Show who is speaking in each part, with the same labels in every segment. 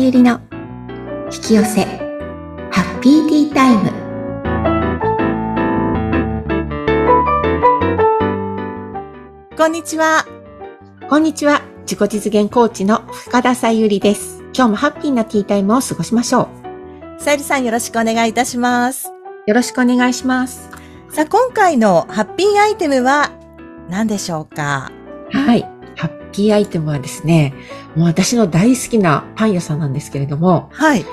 Speaker 1: ゆりの引き寄せハッピーティータイムこんにちはこんにちは自己実現コーチの深田さゆりです今日もハッピーなティータイムを過ごしましょう
Speaker 2: さゆりさんよろしくお願いいたします。
Speaker 1: よろしくお願いします
Speaker 2: さあ、今回のハッピーアイテムは何でしょうか
Speaker 1: はいハッピーアイテムはですねもう私の大好きなパン屋さんなんですけれども
Speaker 2: はい。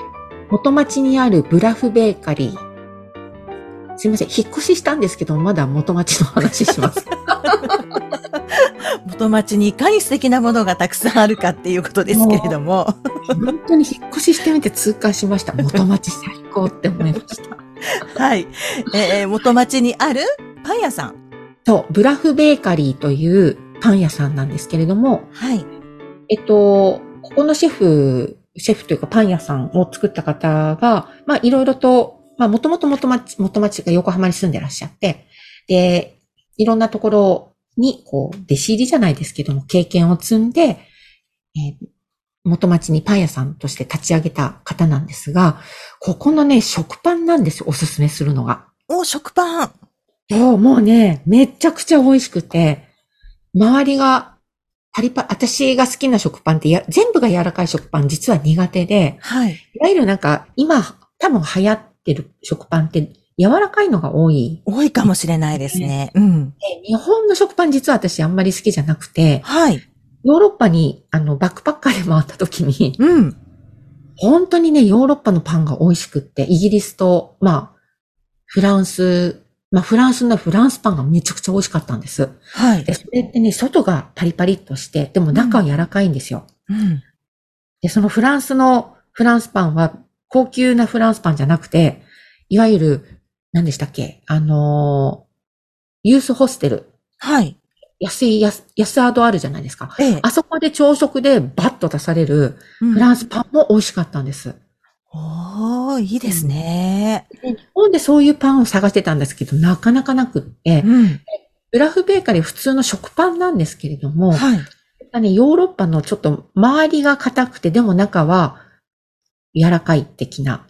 Speaker 1: 元町にあるブラフベーカリー。すいません。引っ越ししたんですけど、まだ元町の話し ます。
Speaker 2: 元町にいかに素敵なものがたくさんあるかっていうことですけれども、
Speaker 1: 本当に引っ越ししてみて痛感しました。元町最高って思いました。
Speaker 2: はい。 えー元町にあるパン屋さん。
Speaker 1: そう、ブラフベーカリーというパン屋さんなんですけれども、
Speaker 2: はい。
Speaker 1: えっと、ここのシェフ、シェフというかパン屋さんを作った方が、まあいろいろと、まあもともと元町、元町が横浜に住んでらっしゃって、で、いろんなところに、こう、弟子入りじゃないですけども、経験を積んで、えー元町にパン屋さんとして立ち上げた方なんですが、ここのね、食パンなんですよ、おすすめするのが。
Speaker 2: お、食パン。
Speaker 1: そう、もうね、めちゃくちゃ美味しくて、周りがパリパリ、私が好きな食パンってや、全部が柔らかい食パン実は苦手で、
Speaker 2: はい。
Speaker 1: いわゆるなんか今多分流行ってる食パンって柔らかいのが多い。
Speaker 2: 多いかもしれないですね。うん。
Speaker 1: で日本の食パン実は私あんまり好きじゃなくて、
Speaker 2: はい。
Speaker 1: ヨーロッパにあのバックパッカーで回った時に、
Speaker 2: うん。
Speaker 1: 本当にね、ヨーロッパのパンが美味しくって、イギリスと、まあ、フランス、まあフランスのフランスパンがめちゃくちゃ美味しかったんです。
Speaker 2: はい
Speaker 1: で、。それってね、外がパリパリっとして、でも中は柔らかいんですよ。
Speaker 2: うん。
Speaker 1: で、そのフランスのフランスパンは、高級なフランスパンじゃなくて、いわゆる、何でしたっけあのーユースホステル。
Speaker 2: はい。
Speaker 1: 安い、安、安アドあるじゃないですか。
Speaker 2: ええ
Speaker 1: あそこで朝食でバッと出されるフ
Speaker 2: フ
Speaker 1: ラ
Speaker 2: ン
Speaker 1: ンスパンも美味しかったんです。
Speaker 2: おー、いいですね。
Speaker 1: 日本でそういうパンを探してたんですけど、なかなかなくって、
Speaker 2: うん。
Speaker 1: ブラフベーカリー普通の食パンなんですけれども、
Speaker 2: はい。
Speaker 1: ね、ヨーロッパのちょっと周りが硬くて、でも中は柔らかい的な。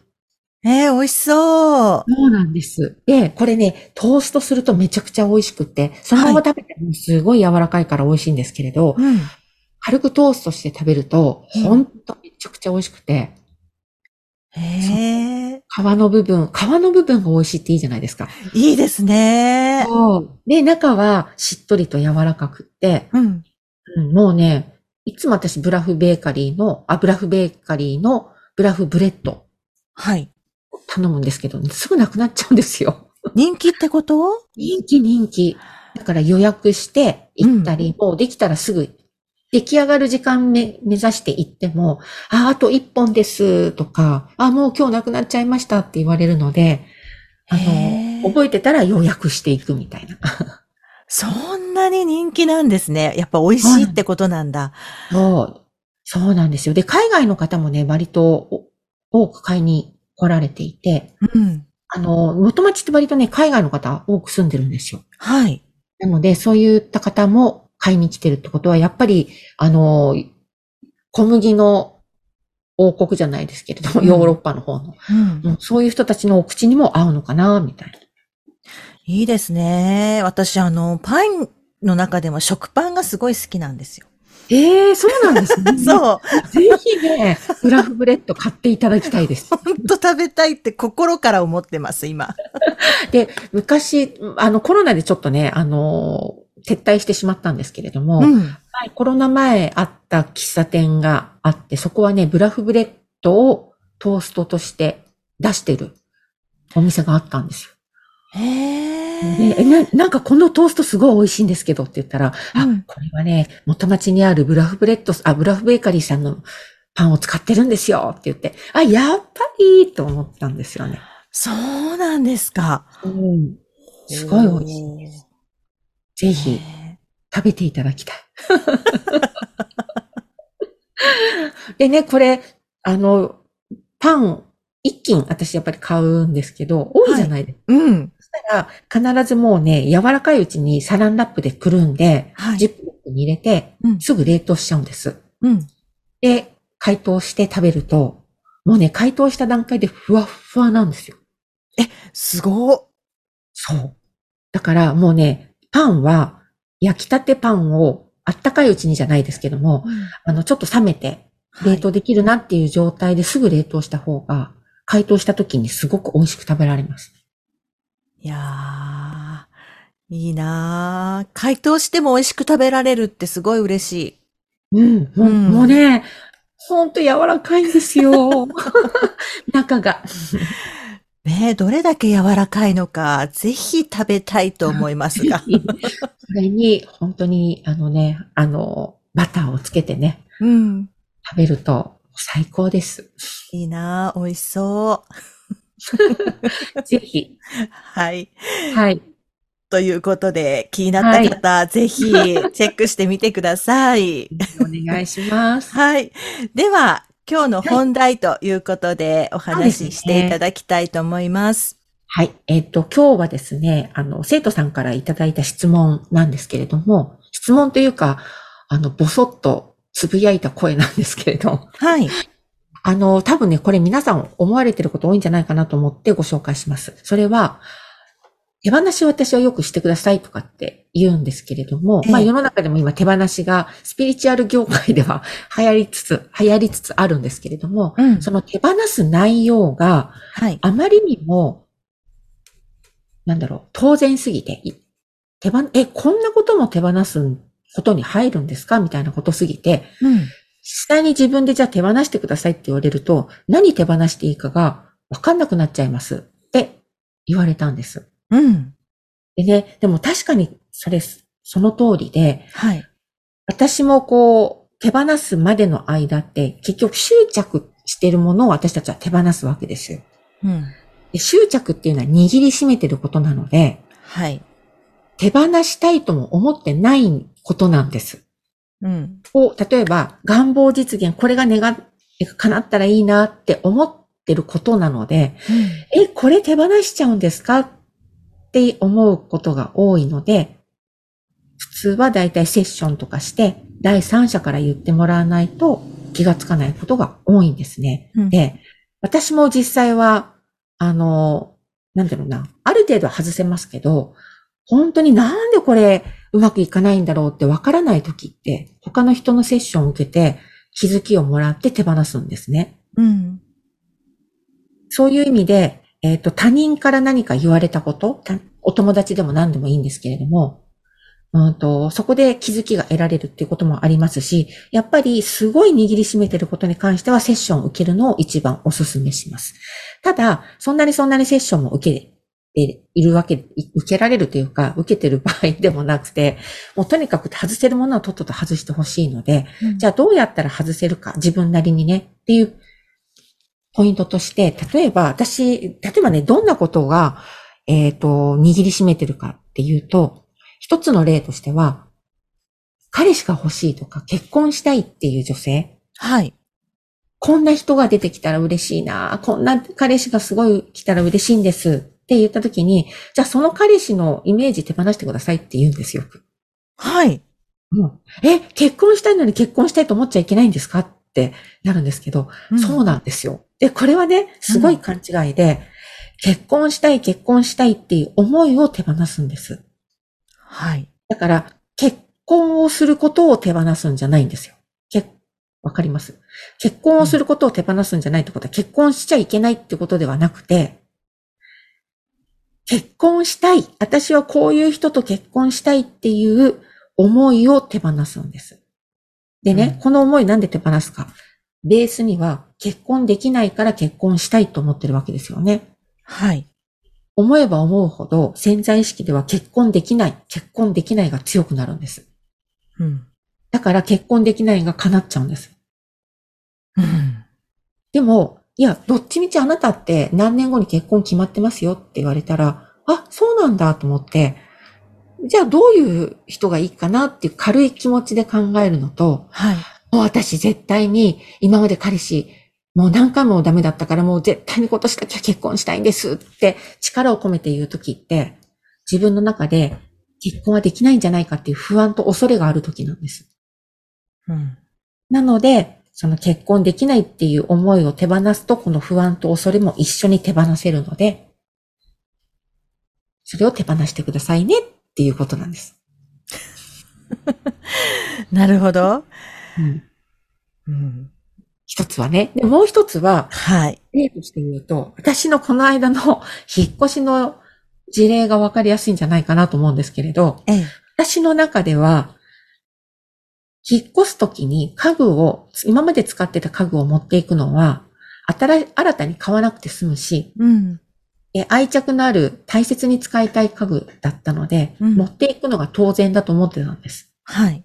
Speaker 2: えー、美味しそう。
Speaker 1: そうなんです。で、これね、トーストするとめちゃくちゃ美味しくて、そのまま食べてもすごい柔らかいから美味しいんですけれど、
Speaker 2: うん。
Speaker 1: 軽くトーストして食べると、
Speaker 2: うん
Speaker 1: ほんとめちゃくちゃ美味しくて、
Speaker 2: へ
Speaker 1: 皮
Speaker 2: え、
Speaker 1: の部分、皮の部分が美味しいっていいじゃないですか。
Speaker 2: いいですね。
Speaker 1: で、中はしっとりと柔らかくって、
Speaker 2: うん。
Speaker 1: うんもうね、いつも私ブラフベーカリーの、あ、ブラフベーカリーのブラフブレッド。
Speaker 2: はい。
Speaker 1: 頼むんですけど、すぐなくなっちゃうんですよ。
Speaker 2: 人気ってこと
Speaker 1: 人気人気。だから予約して行ったり、もうできたらすぐ、出来上がる時間め目指して行っても、あ、あと1本ですとか、あ、もう今日なくなっちゃいましたって言われるので、あ
Speaker 2: へ
Speaker 1: の、
Speaker 2: ー
Speaker 1: 覚えてたら予約していくみたいな。
Speaker 2: そんなに人気なんですね。やっぱ美味しいってことなんだ。
Speaker 1: そう。そうなんですよ。で、海外の方もね、割とお多く買いに来られていて、
Speaker 2: うん。
Speaker 1: あの、元町って割とね、海外の方多く住んでるんですよ。
Speaker 2: はい。
Speaker 1: なので、そういった方も買いに来てるってことは、やっぱり、あの、小麦の王国じゃないですけれども、
Speaker 2: うん
Speaker 1: ヨーロッパの方の、
Speaker 2: うん。
Speaker 1: うんそういう人たちのお口にも合うのかな、みたいな。
Speaker 2: いいですね。私、あの、パンの中でも食パンがすごい好きなんですよ。
Speaker 1: ええ そうなんですねう。
Speaker 2: そう。
Speaker 1: ぜひね、グラフブレッド買っていただきたいです。
Speaker 2: ほんと食べたいって心から思ってます、今。
Speaker 1: で、昔、あの、コロナでちょっとね、あの、撤退してしまったんですけれども、
Speaker 2: うん。
Speaker 1: はい、コロナ前あった喫茶店があって、そこはね、ブラフブレッドをトーストとして出してるお店があったんですよ。
Speaker 2: へ
Speaker 1: でえ
Speaker 2: え。
Speaker 1: ななんかこのトーストすごい美味しいんですけどって言ったら、
Speaker 2: うん
Speaker 1: あ、これはね、元町にあるブラフブレッド、あ、ブラフベーカリーさんのパンを使ってるんですよって言って、あ、やっぱりと思ったんですよね。
Speaker 2: そうなんですか。
Speaker 1: うん、すごい美味しいです。ぜひ
Speaker 2: へえ
Speaker 1: 食べていただきたい。 でね、これ、あの、パン、一斤私やっぱり買うんですけど、多いじゃないです
Speaker 2: うん。
Speaker 1: か。必ずもうね、柔らかいうちにサランラップでくるんで、
Speaker 2: はい
Speaker 1: ジップロックに入れて
Speaker 2: うん、
Speaker 1: すぐ冷凍しちゃうんです。
Speaker 2: うん。
Speaker 1: で、解凍して食べると、もうね、解凍した段階でふわっふわなんですよ。
Speaker 2: すごっ。
Speaker 1: そう。だからもうね、パンは、焼きたてパンを、あったかいうちにじゃないですけども、あの、ちょっと冷めて、冷凍できるなっていう状態ですぐ冷凍した方が、解凍した時にすごく美味しく食べられます。
Speaker 2: いやー、いいなー。解凍しても美味しく食べられるってすごい嬉しい。
Speaker 1: うん、もう
Speaker 2: うん
Speaker 1: もうね、ほんと柔らかいんです よ。中が。。
Speaker 2: ねえ、どれだけ柔らかいのか、ぜひ食べたいと思いますが
Speaker 1: それに、本当に、あのね、あの、バターをつけてね、
Speaker 2: うん。
Speaker 1: 食べると最高です。
Speaker 2: いいなー、美味しそ
Speaker 1: ぜひ。
Speaker 2: う。はい。
Speaker 1: はい。
Speaker 2: ということで、気になった方、ぜ ひ、チェックしてみてください。
Speaker 1: お願いします。
Speaker 2: はい。では、今日の本題ということで、お話ししていただきたいと思います。
Speaker 1: はい。えっ、と、今日はですね、あの、生徒さんからいただいた質問なんですけれども、質問というか、あの、ぼそっとつぶやいた声なんですけれど、
Speaker 2: はい。
Speaker 1: あの、多分ね、これ皆さん思われてること多いんじゃないかなと思ってご紹介します。それは、手放しを私はよくしてくださいとかって言うんですけれども、
Speaker 2: ええ
Speaker 1: まあ世の中でも今手放しがスピリチュアル業界では 流行りつつ、流行りつつあるんですけれども、
Speaker 2: うん
Speaker 1: その手放す内容が
Speaker 2: はい。
Speaker 1: あまりにも、なんだろう、当然すぎて、い手放、え、こんなことも手放すことに入るんですかみたいなことすぎて、
Speaker 2: うん。
Speaker 1: 実際に自分でじゃあ手放してくださいって言われると、何手放していいかがわかんなくなっちゃいますって言われたんです。
Speaker 2: うん。
Speaker 1: でね、でも確かにそれ、その通りで、
Speaker 2: はい。
Speaker 1: 私もこう、手放すまでの間って、結局執着してるものを私たちは手放すわけですよ。
Speaker 2: うん。
Speaker 1: で執着っていうのは握りしめてることなので、
Speaker 2: はい。
Speaker 1: 手放したいとも思ってないことなんです。
Speaker 2: うん。
Speaker 1: を、例えば願望実現、これが願っ、叶ったらいいなって思ってることなので、え、これ手放しちゃうんですかって思うことが多いので、普通はだいたいセッションとかして、第三者から言ってもらわないと気がつかないことが多いんですね。
Speaker 2: うん
Speaker 1: で、私も実際は、あの、なんだろうな、ある程度は外せますけど、本当になんでこれうまくいかないんだろうってわからない時って、他の人のセッションを受けて気づきをもらって手放すんですね。
Speaker 2: うん。
Speaker 1: そういう意味で、えっ、と、他人から何か言われたこと、たお友達でも何でもいいんですけれども、うんと、そこで気づきが得られるっていうこともありますし、やっぱりすごい握りしめてることに関してはセッションを受けるのを一番お勧めします。ただ、そんなにそんなにセッションも受けているわけ、い受けられるというか、受けてる場合でもなくて、もうとにかく外せるものはとっとと外してほしいので、じゃあどうやったら外せるか、自分なりにね、っていうポイントとして、例えば私、例えばね、どんなことが、えっ、と、握りしめてるかっていうと、一つの例としては、彼氏が欲しいとか、結婚したいっていう女性、
Speaker 2: はい。
Speaker 1: こんな人が出てきたら嬉しいな、こんな彼氏がすごい来たら嬉しいんですって言った時に、じゃあその彼氏のイメージ手放してくださいって言うんですよ。よく
Speaker 2: はい。
Speaker 1: うんえ、結婚したいのに結婚したいと思っちゃいけないんですかってなるんですけど、そうなんですよ。で、これはね、すごい勘違いで、結婚したい、結婚したいっていう思いを手放すんです。
Speaker 2: はい。
Speaker 1: だから、結婚をすることを手放すんじゃないんですよ。けわかります結婚をすることを手放すんじゃないってことは、結婚しちゃいけないってことではなくて、結婚したい。私はこういう人と結婚したいっていう思いを手放すんです。でね、
Speaker 2: うん
Speaker 1: この思いなんで手放すか。ベースには結婚できないから結婚したいと思ってるわけですよね。
Speaker 2: はい。
Speaker 1: 思えば思うほど潜在意識では結婚できない、結婚できないが強くなるんです。
Speaker 2: うん。
Speaker 1: だから結婚できないが叶っちゃうんです。
Speaker 2: うん。
Speaker 1: でも、いや、どっちみちあなたって何年後に結婚決まってますよって言われたら、あ、そうなんだと思って、じゃあどういう人がいいかなっていう軽い気持ちで考えるのと、
Speaker 2: はい。
Speaker 1: もう私絶対に今まで彼氏、もう何回もダメだったからもう絶対に今年だけは結婚したいんですって力を込めて言うときって、自分の中で結婚はできないんじゃないかっていう不安と恐れがあるときなんです。
Speaker 2: うん。
Speaker 1: なので、その結婚できないっていう思いを手放すと、この不安と恐れも一緒に手放せるので、それを手放してくださいねっていうことなんです。
Speaker 2: なるほど。
Speaker 1: うん、
Speaker 2: うん。
Speaker 1: 一つはね。で、もう一つは、
Speaker 2: はい。
Speaker 1: 例として言うと、私のこの間の 引っ越しの事例がわかりやすいんじゃないかなと思うんですけれど、
Speaker 2: ええ。
Speaker 1: 私の中では、引っ越すときに家具を、今まで使ってた家具を持っていくのは、新い新たに買わなくて済むし、
Speaker 2: うん。
Speaker 1: え愛着のある大切に使いたい家具だったので、
Speaker 2: うん
Speaker 1: 持っていくのが当然だと思ってたんです。
Speaker 2: はい。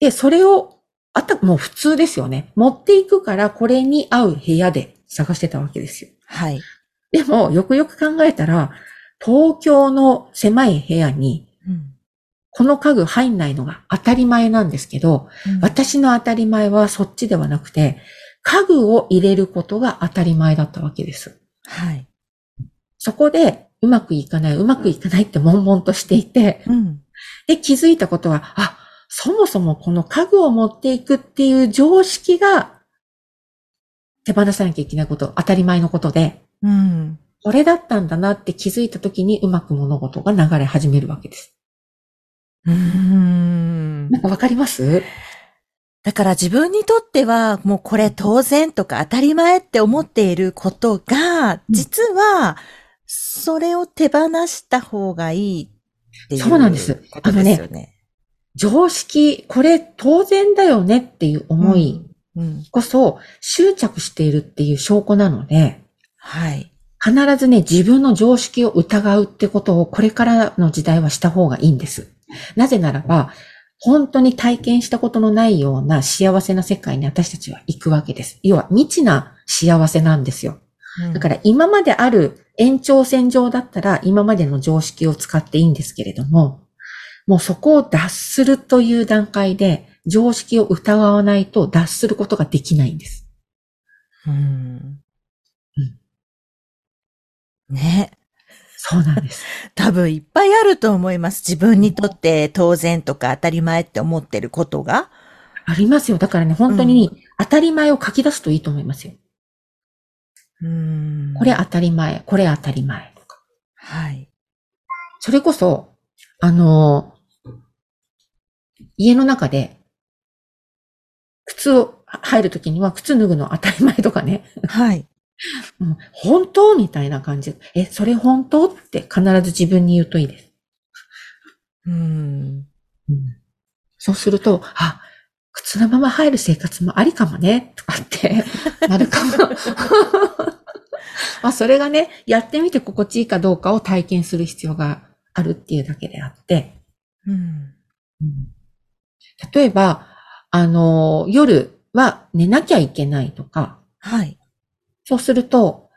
Speaker 1: で、それを、あた、もう普通ですよね。持っていくからこれに合う部屋で探してたわけですよ。
Speaker 2: はい。
Speaker 1: でも、よくよく考えたら、東京の狭い部屋に、
Speaker 2: うん。
Speaker 1: この家具入んないのが当たり前なんですけど、私の当たり前はそっちではなくて、家具を入れることが当たり前だったわけです。
Speaker 2: はい。
Speaker 1: そこで、うまくいかない、うまくいかないって悶々としていて、
Speaker 2: うん。
Speaker 1: で、気づいたことは、あ、そもそもこの家具を持っていくっていう常識が、手放さなきゃいけないこと、当たり前のことで、
Speaker 2: うん。
Speaker 1: これだったんだなって気づいた時にうまく物事が流れ始めるわけです。
Speaker 2: うん
Speaker 1: なんかわかります
Speaker 2: だから自分にとっては、もうこれ当然とか当たり前って思っていることが、実は、それを手放した方がいいっていう
Speaker 1: そうなんです
Speaker 2: ことですよね。
Speaker 1: 常識、これ当然だよねっていう思い
Speaker 2: うん。
Speaker 1: こそ執着しているっていう証拠なので、
Speaker 2: はい。、
Speaker 1: 必ずね、自分の常識を疑うってことをこれからの時代はした方がいいんです。なぜならば、本当に体験したことのないような幸せな世界に私たちは行くわけです。要は未知な幸せなんですよ。だからら今まである延長線上だったら今までの常識を使っていいんですけれども、もうそこを脱するという段階で常識を疑わないと脱することができないんです。
Speaker 2: うん
Speaker 1: うん。
Speaker 2: ね。
Speaker 1: そうなんです。
Speaker 2: 多分いっぱいあると思います。自分にとって当然とか当たり前って思ってることが。
Speaker 1: ありますよ。だからね、本当に、当たり前を書き出すといいと思いますよ。
Speaker 2: うん
Speaker 1: これ当たり前、これ当たり前とか。
Speaker 2: はい。
Speaker 1: それこそ、あの、家の中で、靴を入るときには靴脱ぐの当たり前とかね。
Speaker 2: はい。
Speaker 1: うん本当みたいな感じ。え、それ本当って必ず自分に言うといいです。
Speaker 2: うん。
Speaker 1: そうすると、あ、靴のまま入る生活もありかもね、とかってなるかも。まあ、それがね、やってみて心地いいかどうかを体験する必要があるっていうだけであって、
Speaker 2: うん。
Speaker 1: 例えば、あの、夜は寝なきゃいけないとか、
Speaker 2: はい。
Speaker 1: そうすると、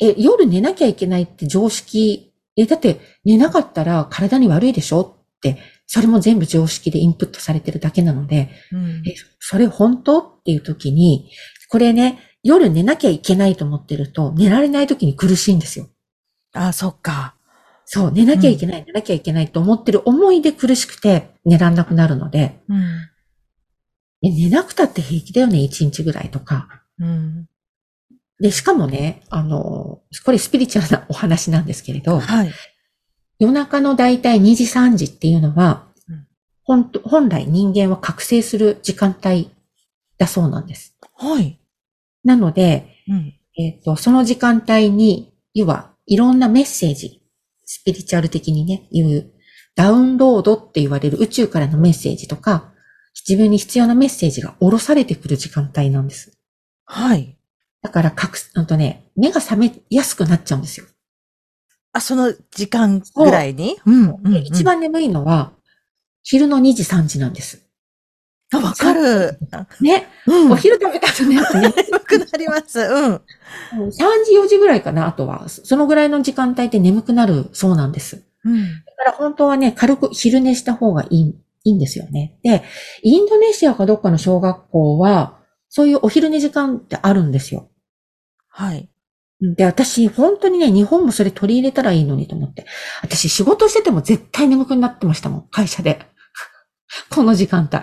Speaker 1: え、夜寝なきゃいけないって常識、え、だって寝なかったら体に悪いでしょって、それも全部常識でインプットされてるだけなので、
Speaker 2: うん
Speaker 1: え、それ本当っていう時に、これね、夜寝なきゃいけないと思ってると、寝られない時に苦しいんですよ。
Speaker 2: あ、そっか。
Speaker 1: そう、寝なきゃいけない、寝なきゃいけないと思ってる思いで苦しくて寝らんなくなるので、
Speaker 2: うん。
Speaker 1: え寝なくたって平気だよね、1日ぐらいとか。
Speaker 2: うん。
Speaker 1: で、しかもね、あの、これスピリチュアルなお話なんですけれど、
Speaker 2: はい。
Speaker 1: 夜中のだいたい2時3時っていうのは
Speaker 2: うん、
Speaker 1: 本当本来人間は覚醒する時間帯だそうなんです。
Speaker 2: はい。
Speaker 1: なので、
Speaker 2: うん。
Speaker 1: えっ、と、その時間帯に、要はいろんなメッセージ、スピリチュアル的にね、いうダウンロードって言われる宇宙からのメッセージとか、自分に必要なメッセージが下ろされてくる時間帯なんです。
Speaker 2: はい。
Speaker 1: だから、覚醒、うんとね、目が覚めやすくなっちゃうんですよ。
Speaker 2: あ、その時間ぐらいにうんうんうん
Speaker 1: で一。番眠いのは、昼の2時、3時なんです。
Speaker 2: あ、わかる。あ
Speaker 1: ね。
Speaker 2: うん。
Speaker 1: お昼食べた後ね。
Speaker 2: 眠くなります。うん。
Speaker 1: 3時、4時ぐらいかな、あとは。そのぐらいの時間帯って眠くなるそうなんです。
Speaker 2: うん。
Speaker 1: だから本当はね、軽く昼寝した方がいい、いいんですよね。で、インドネシアかどっかの小学校は、そういうお昼寝時間ってあるんですよ。
Speaker 2: はい。
Speaker 1: で、私、本当にね、日本もそれ取り入れたらいいのにと思って。私、仕事 してても絶対眠くなってましたもん、会社で。この時間帯。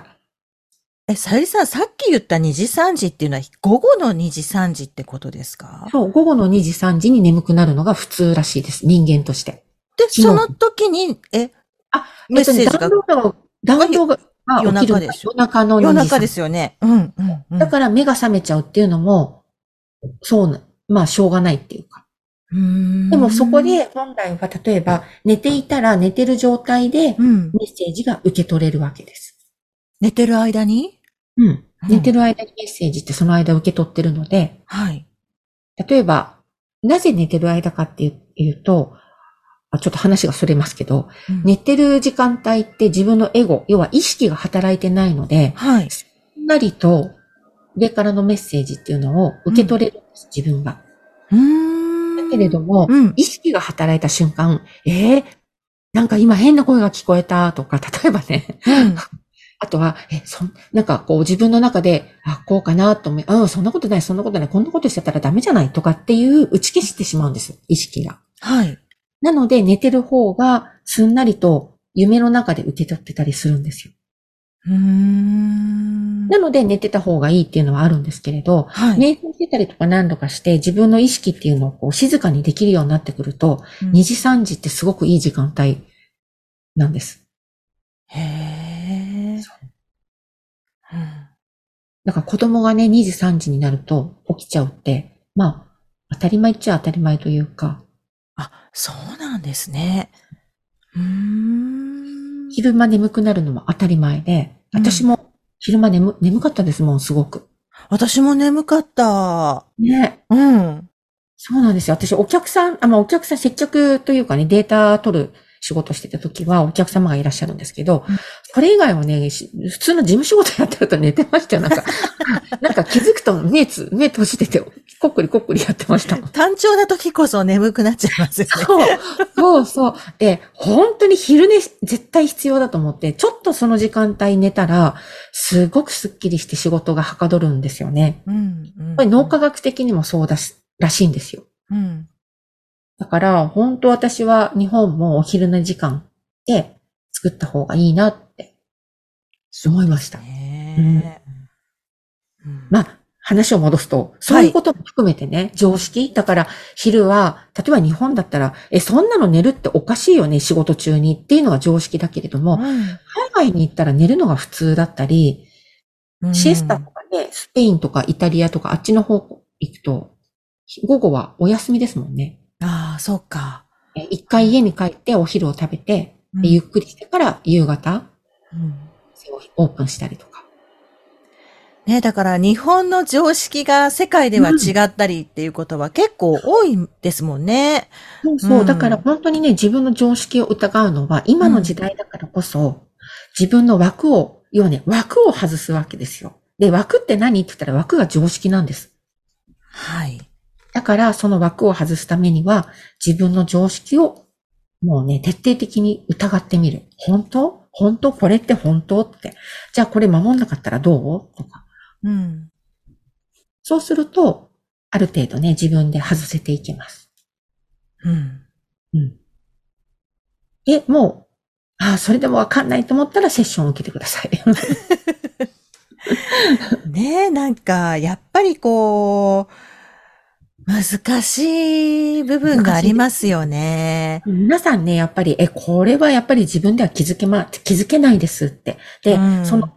Speaker 2: え、さゆりさん、さっき言った2時3時っていうのは午後の2時3時ってことですか
Speaker 1: そう、午後の2時3時に眠くなるのが普通らしいです。人間として。
Speaker 2: で、その時に、え、
Speaker 1: あ、
Speaker 2: メッセージが
Speaker 1: えっとねダウンロードが、ダウンロードが起きるのが
Speaker 2: 夜中でしょ
Speaker 1: 夜中の2時
Speaker 2: 夜
Speaker 1: 3時。
Speaker 2: 中ですよね。うん、うん、うん。
Speaker 1: だから目が覚めちゃうっていうのも、そうな、まあしょうがないっていうか。
Speaker 2: うーん
Speaker 1: でもそこ、で本来は例えば寝ていたら寝てる状態で
Speaker 2: うん。
Speaker 1: メッセージが受け取れるわけです。
Speaker 2: 寝てる間に
Speaker 1: うん。寝て
Speaker 2: る。
Speaker 1: る間にメッセージってその間受け取ってるので、
Speaker 2: はい。
Speaker 1: 例えば、なぜ寝てる間かっていう言うと、あちょっと話がそれますけど、
Speaker 2: うん
Speaker 1: 寝てる時間帯って自分のエゴ、要は意識が働いてないので、
Speaker 2: はい。
Speaker 1: すんなりと上からのメッセージっていうのを受け取れるんです、自分が。
Speaker 2: うーん。
Speaker 1: だけれども、
Speaker 2: うん。
Speaker 1: 意識が働いた瞬間、えー、なんか今変な声が聞こえたとか、 例えばね、
Speaker 2: うん
Speaker 1: あとは、え、そん、なんかこう自分の中で、あ、こうかなと思い、うん、そんなことない、そんなことない、こんなことしてたらダメじゃないとかっていう打ち消してしまうんです、意識が。
Speaker 2: はい。
Speaker 1: なので寝てる方がすんなりと夢の中で受け取ってたりするんですよ。
Speaker 2: うーん。
Speaker 1: なので寝てた方がいいっていうのはあるんですけれど、
Speaker 2: はい。
Speaker 1: 瞑想してたりとか何度かして自分の意識っていうのをこう静かにできるようになってくると、
Speaker 2: うん
Speaker 1: 2時3時ってすごくいい時間帯なんです。
Speaker 2: へえ。うん
Speaker 1: だから子供がね、2時3時になると起きちゃうって、まあ、当たり前っちゃ当たり前というか、
Speaker 2: あ、そうなんですね。うーん。
Speaker 1: 昼間眠くなるのも当たり前で、
Speaker 2: うん
Speaker 1: 私も昼間眠、眠かったですもん、すごく。
Speaker 2: 私も眠かった。
Speaker 1: ね。
Speaker 2: うん。
Speaker 1: そうなんですよ。私、お客さん、あ、まあ、お客さん、接客というかね、データ取る仕事してた時は、お客様がいらっしゃるんですけど
Speaker 2: うん、
Speaker 1: それ以外はね、し普通の事務仕事やってると寝てましたよ。なんか、なんか気づくと目つ、目閉じてて、こっくりこっくりやってましたもん。
Speaker 2: 単調な時こそ眠くなっちゃいますよね。
Speaker 1: そう、そうそう。で、本当に昼寝し絶対必要だと思って、ちょっとその時間帯寝たら、すごくスッキリして仕事がはかどるんですよね。
Speaker 2: うん。うん
Speaker 1: やっぱり脳科学的にもそうだし、らしいんですよ。
Speaker 2: うん。
Speaker 1: だから、本当私は日本もお昼寝時間で作った方がいいなって思いました。
Speaker 2: ねえうん
Speaker 1: まあ、話を戻すと、そういうことも含めてね、常識だから、昼は、例えば日本だったら、え、そんなの寝るっておかしいよね、仕事中にっていうのが常識だけれども、海外に行ったら寝るのが普通だったり、
Speaker 2: うん
Speaker 1: シエスタとかね、スペインとかイタリアとかあっちの方行くと、午後はお休みですもんね。
Speaker 2: ああ、そうか。
Speaker 1: え一回家に帰ってお昼を食べて、でゆっくりしてから夕方、
Speaker 2: うん
Speaker 1: オープンしたりとか。
Speaker 2: ねだから日本の常識が世界では違ったりっていうことは結構多いですもんね。
Speaker 1: そうそう。
Speaker 2: うん
Speaker 1: だから本当にね、自分の常識を疑うのは、今の時代だからこそ、自分の枠を、要はね、枠を外すわけですよ。で、枠って何って言ったら枠が常識なんです。
Speaker 2: はい。
Speaker 1: だから、その枠を外すためには、自分の常識を、もうね、徹底的に疑ってみる。本当本当これって本当って。じゃあこれ守んなかったらどうとか。
Speaker 2: うん。
Speaker 1: そうすると、ある程度ね、自分で外せていきます。
Speaker 2: うん。
Speaker 1: うん。え、もう、ああ、それでもわかんないと思ったらセッションを受けてくだ さい。
Speaker 2: ねえ、なんか、やっぱりこう、難しい部分がありますよね。
Speaker 1: 皆さんね、やっぱり、え、これはやっぱり自分では気づけま、気づけないですって。で、
Speaker 2: うん
Speaker 1: その、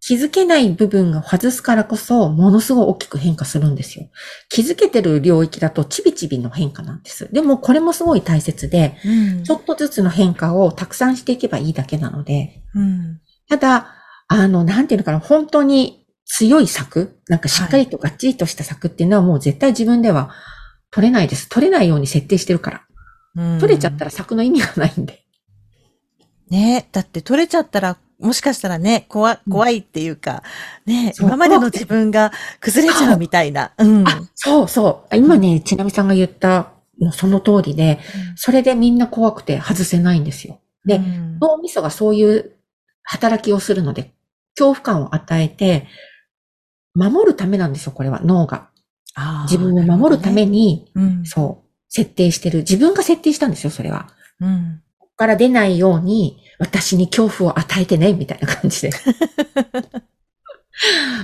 Speaker 1: 気づけない部分が外すからこそ、ものすごい大きく変化するんですよ。気づけてる領域だと、ちびちびの変化なんです。でも、これもすごい大切で、
Speaker 2: うん
Speaker 1: ちょっとずつの変化をたくさんしていけばいいだけなので、
Speaker 2: うん。
Speaker 1: ただ、あの、なんていうのかな、本当に強い策、なんかしっかりとガッチリとした策っていうのはもう絶対自分では取れないです。取れないように設定してるから。
Speaker 2: うん
Speaker 1: 取れちゃったら策の意味がないんで。
Speaker 2: ねえ、だって取れちゃったら、もしかしたらね、怖、怖いっていうか、ねえ、
Speaker 1: そう
Speaker 2: 今までの自分が崩れちゃうみたいな。うん。
Speaker 1: あ、そうそう。今ね、ちなみさんが言った、もうその通りで、それでみんな怖くて外せないんですよ。で
Speaker 2: うん
Speaker 1: 脳みそがそういう働きをするので、恐怖感を与えて、守るためなんですよ、これは、脳が。
Speaker 2: あー
Speaker 1: 自分を守るために、
Speaker 2: なるほどねうん。
Speaker 1: そう。設定してる。自分が設定したんですよ、それは。
Speaker 2: うん。
Speaker 1: ここから出ないように、私に恐怖を与えてね、みたいな感じで。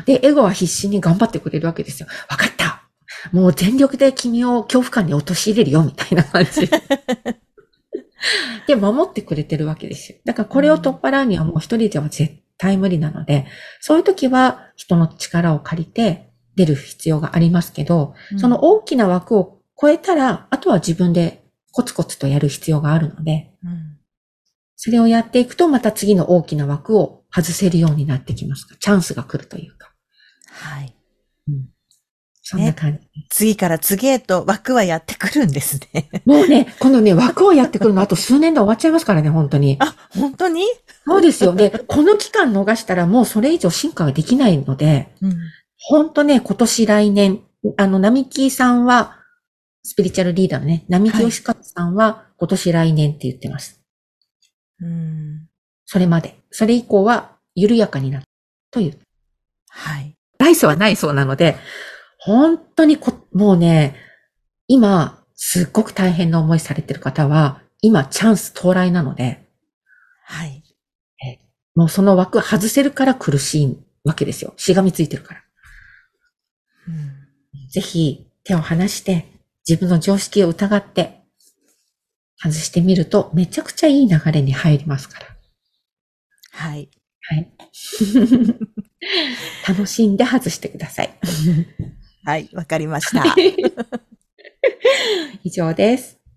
Speaker 1: で、エゴは必死に頑張ってくれるわけですよ。わかったもう全力で君を恐怖感に陥れるよ、みたいな感じ。で、守ってくれてるわけですよ。だからこれを取っ払うにはもう一人では絶対無理なので、そういう時は人の力を借りて出る必要がありますけど、その大きな枠を超えたら、あとは自分でコツコツとやる必要があるので、
Speaker 2: うん、
Speaker 1: それをやっていくと、また次の大きな枠を外せるようになってきますから。チャンスが来るというか。
Speaker 2: はい。
Speaker 1: そんな感じ。
Speaker 2: 次から次へと枠はやってくるんです ね。
Speaker 1: もうね、このね、枠をやってくるの、あと数年で終わっちゃいますからね、本当に。
Speaker 2: あ、本当に
Speaker 1: そうですよ。で、この期間逃したら、もうそれ以上進化ができないので、
Speaker 2: うん。
Speaker 1: 本当ね、今年来年、あの、並木さんは、スピリチュアルリーダーのね、並木義和さんは、今年来年って言ってます。
Speaker 2: うん。
Speaker 1: それまで。それ以降は、緩やかになる。という。
Speaker 2: はい。
Speaker 1: 来世はないそうなので、本当にこ、もうね、今、すっごく大変な思いされてる方は、今、チャンス到来なので、
Speaker 2: はい。
Speaker 1: もうその枠外せるから苦しいわけですよ。しがみついてるから。
Speaker 2: うん
Speaker 1: ぜひ、手を離して、自分の常識を疑って、外してみると、めちゃくちゃいい流れに入りますから。
Speaker 2: はい。
Speaker 1: はい。 楽しんで外してください。
Speaker 2: はい。わかりました。
Speaker 1: 以上です。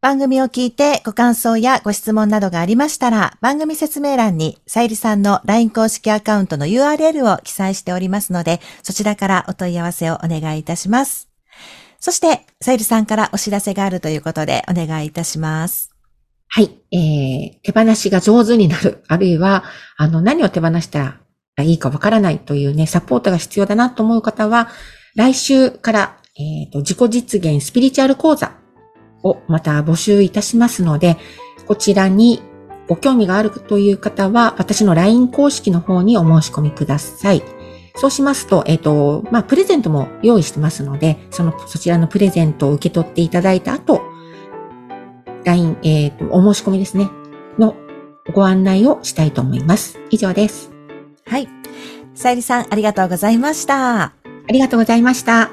Speaker 2: 番組を聞いてご感想やご質問などがありましたら、番組説明欄にさゆりさんの LINE 公式アカウントの URL を記載しておりますので、そちらからお問い合わせをお願いいたします。そして、さゆりさんからお知らせがあるということでお願いいたします。
Speaker 1: はい。えー、手放しが上手になる。 あるいは、あの、何を手放したらいいかわからないというね、サポートが必要だなと思う方は、来週から、えっ、と、自己実現スピリチュアル講座をまた募集いたしますので、こちらにご興味があるという方は、私の LINE 公式の方にお申し込みください。そうしますと、えっ、と、まあ、プレゼントも用意してますので、その、そちらのプレゼントを受け取っていただいた後、LINE、えっ、と、お申し込みですね、のご案内をしたいと思います。以上です。
Speaker 2: はい。さゆりさん、ありがとうございました。
Speaker 1: ありがとうございました。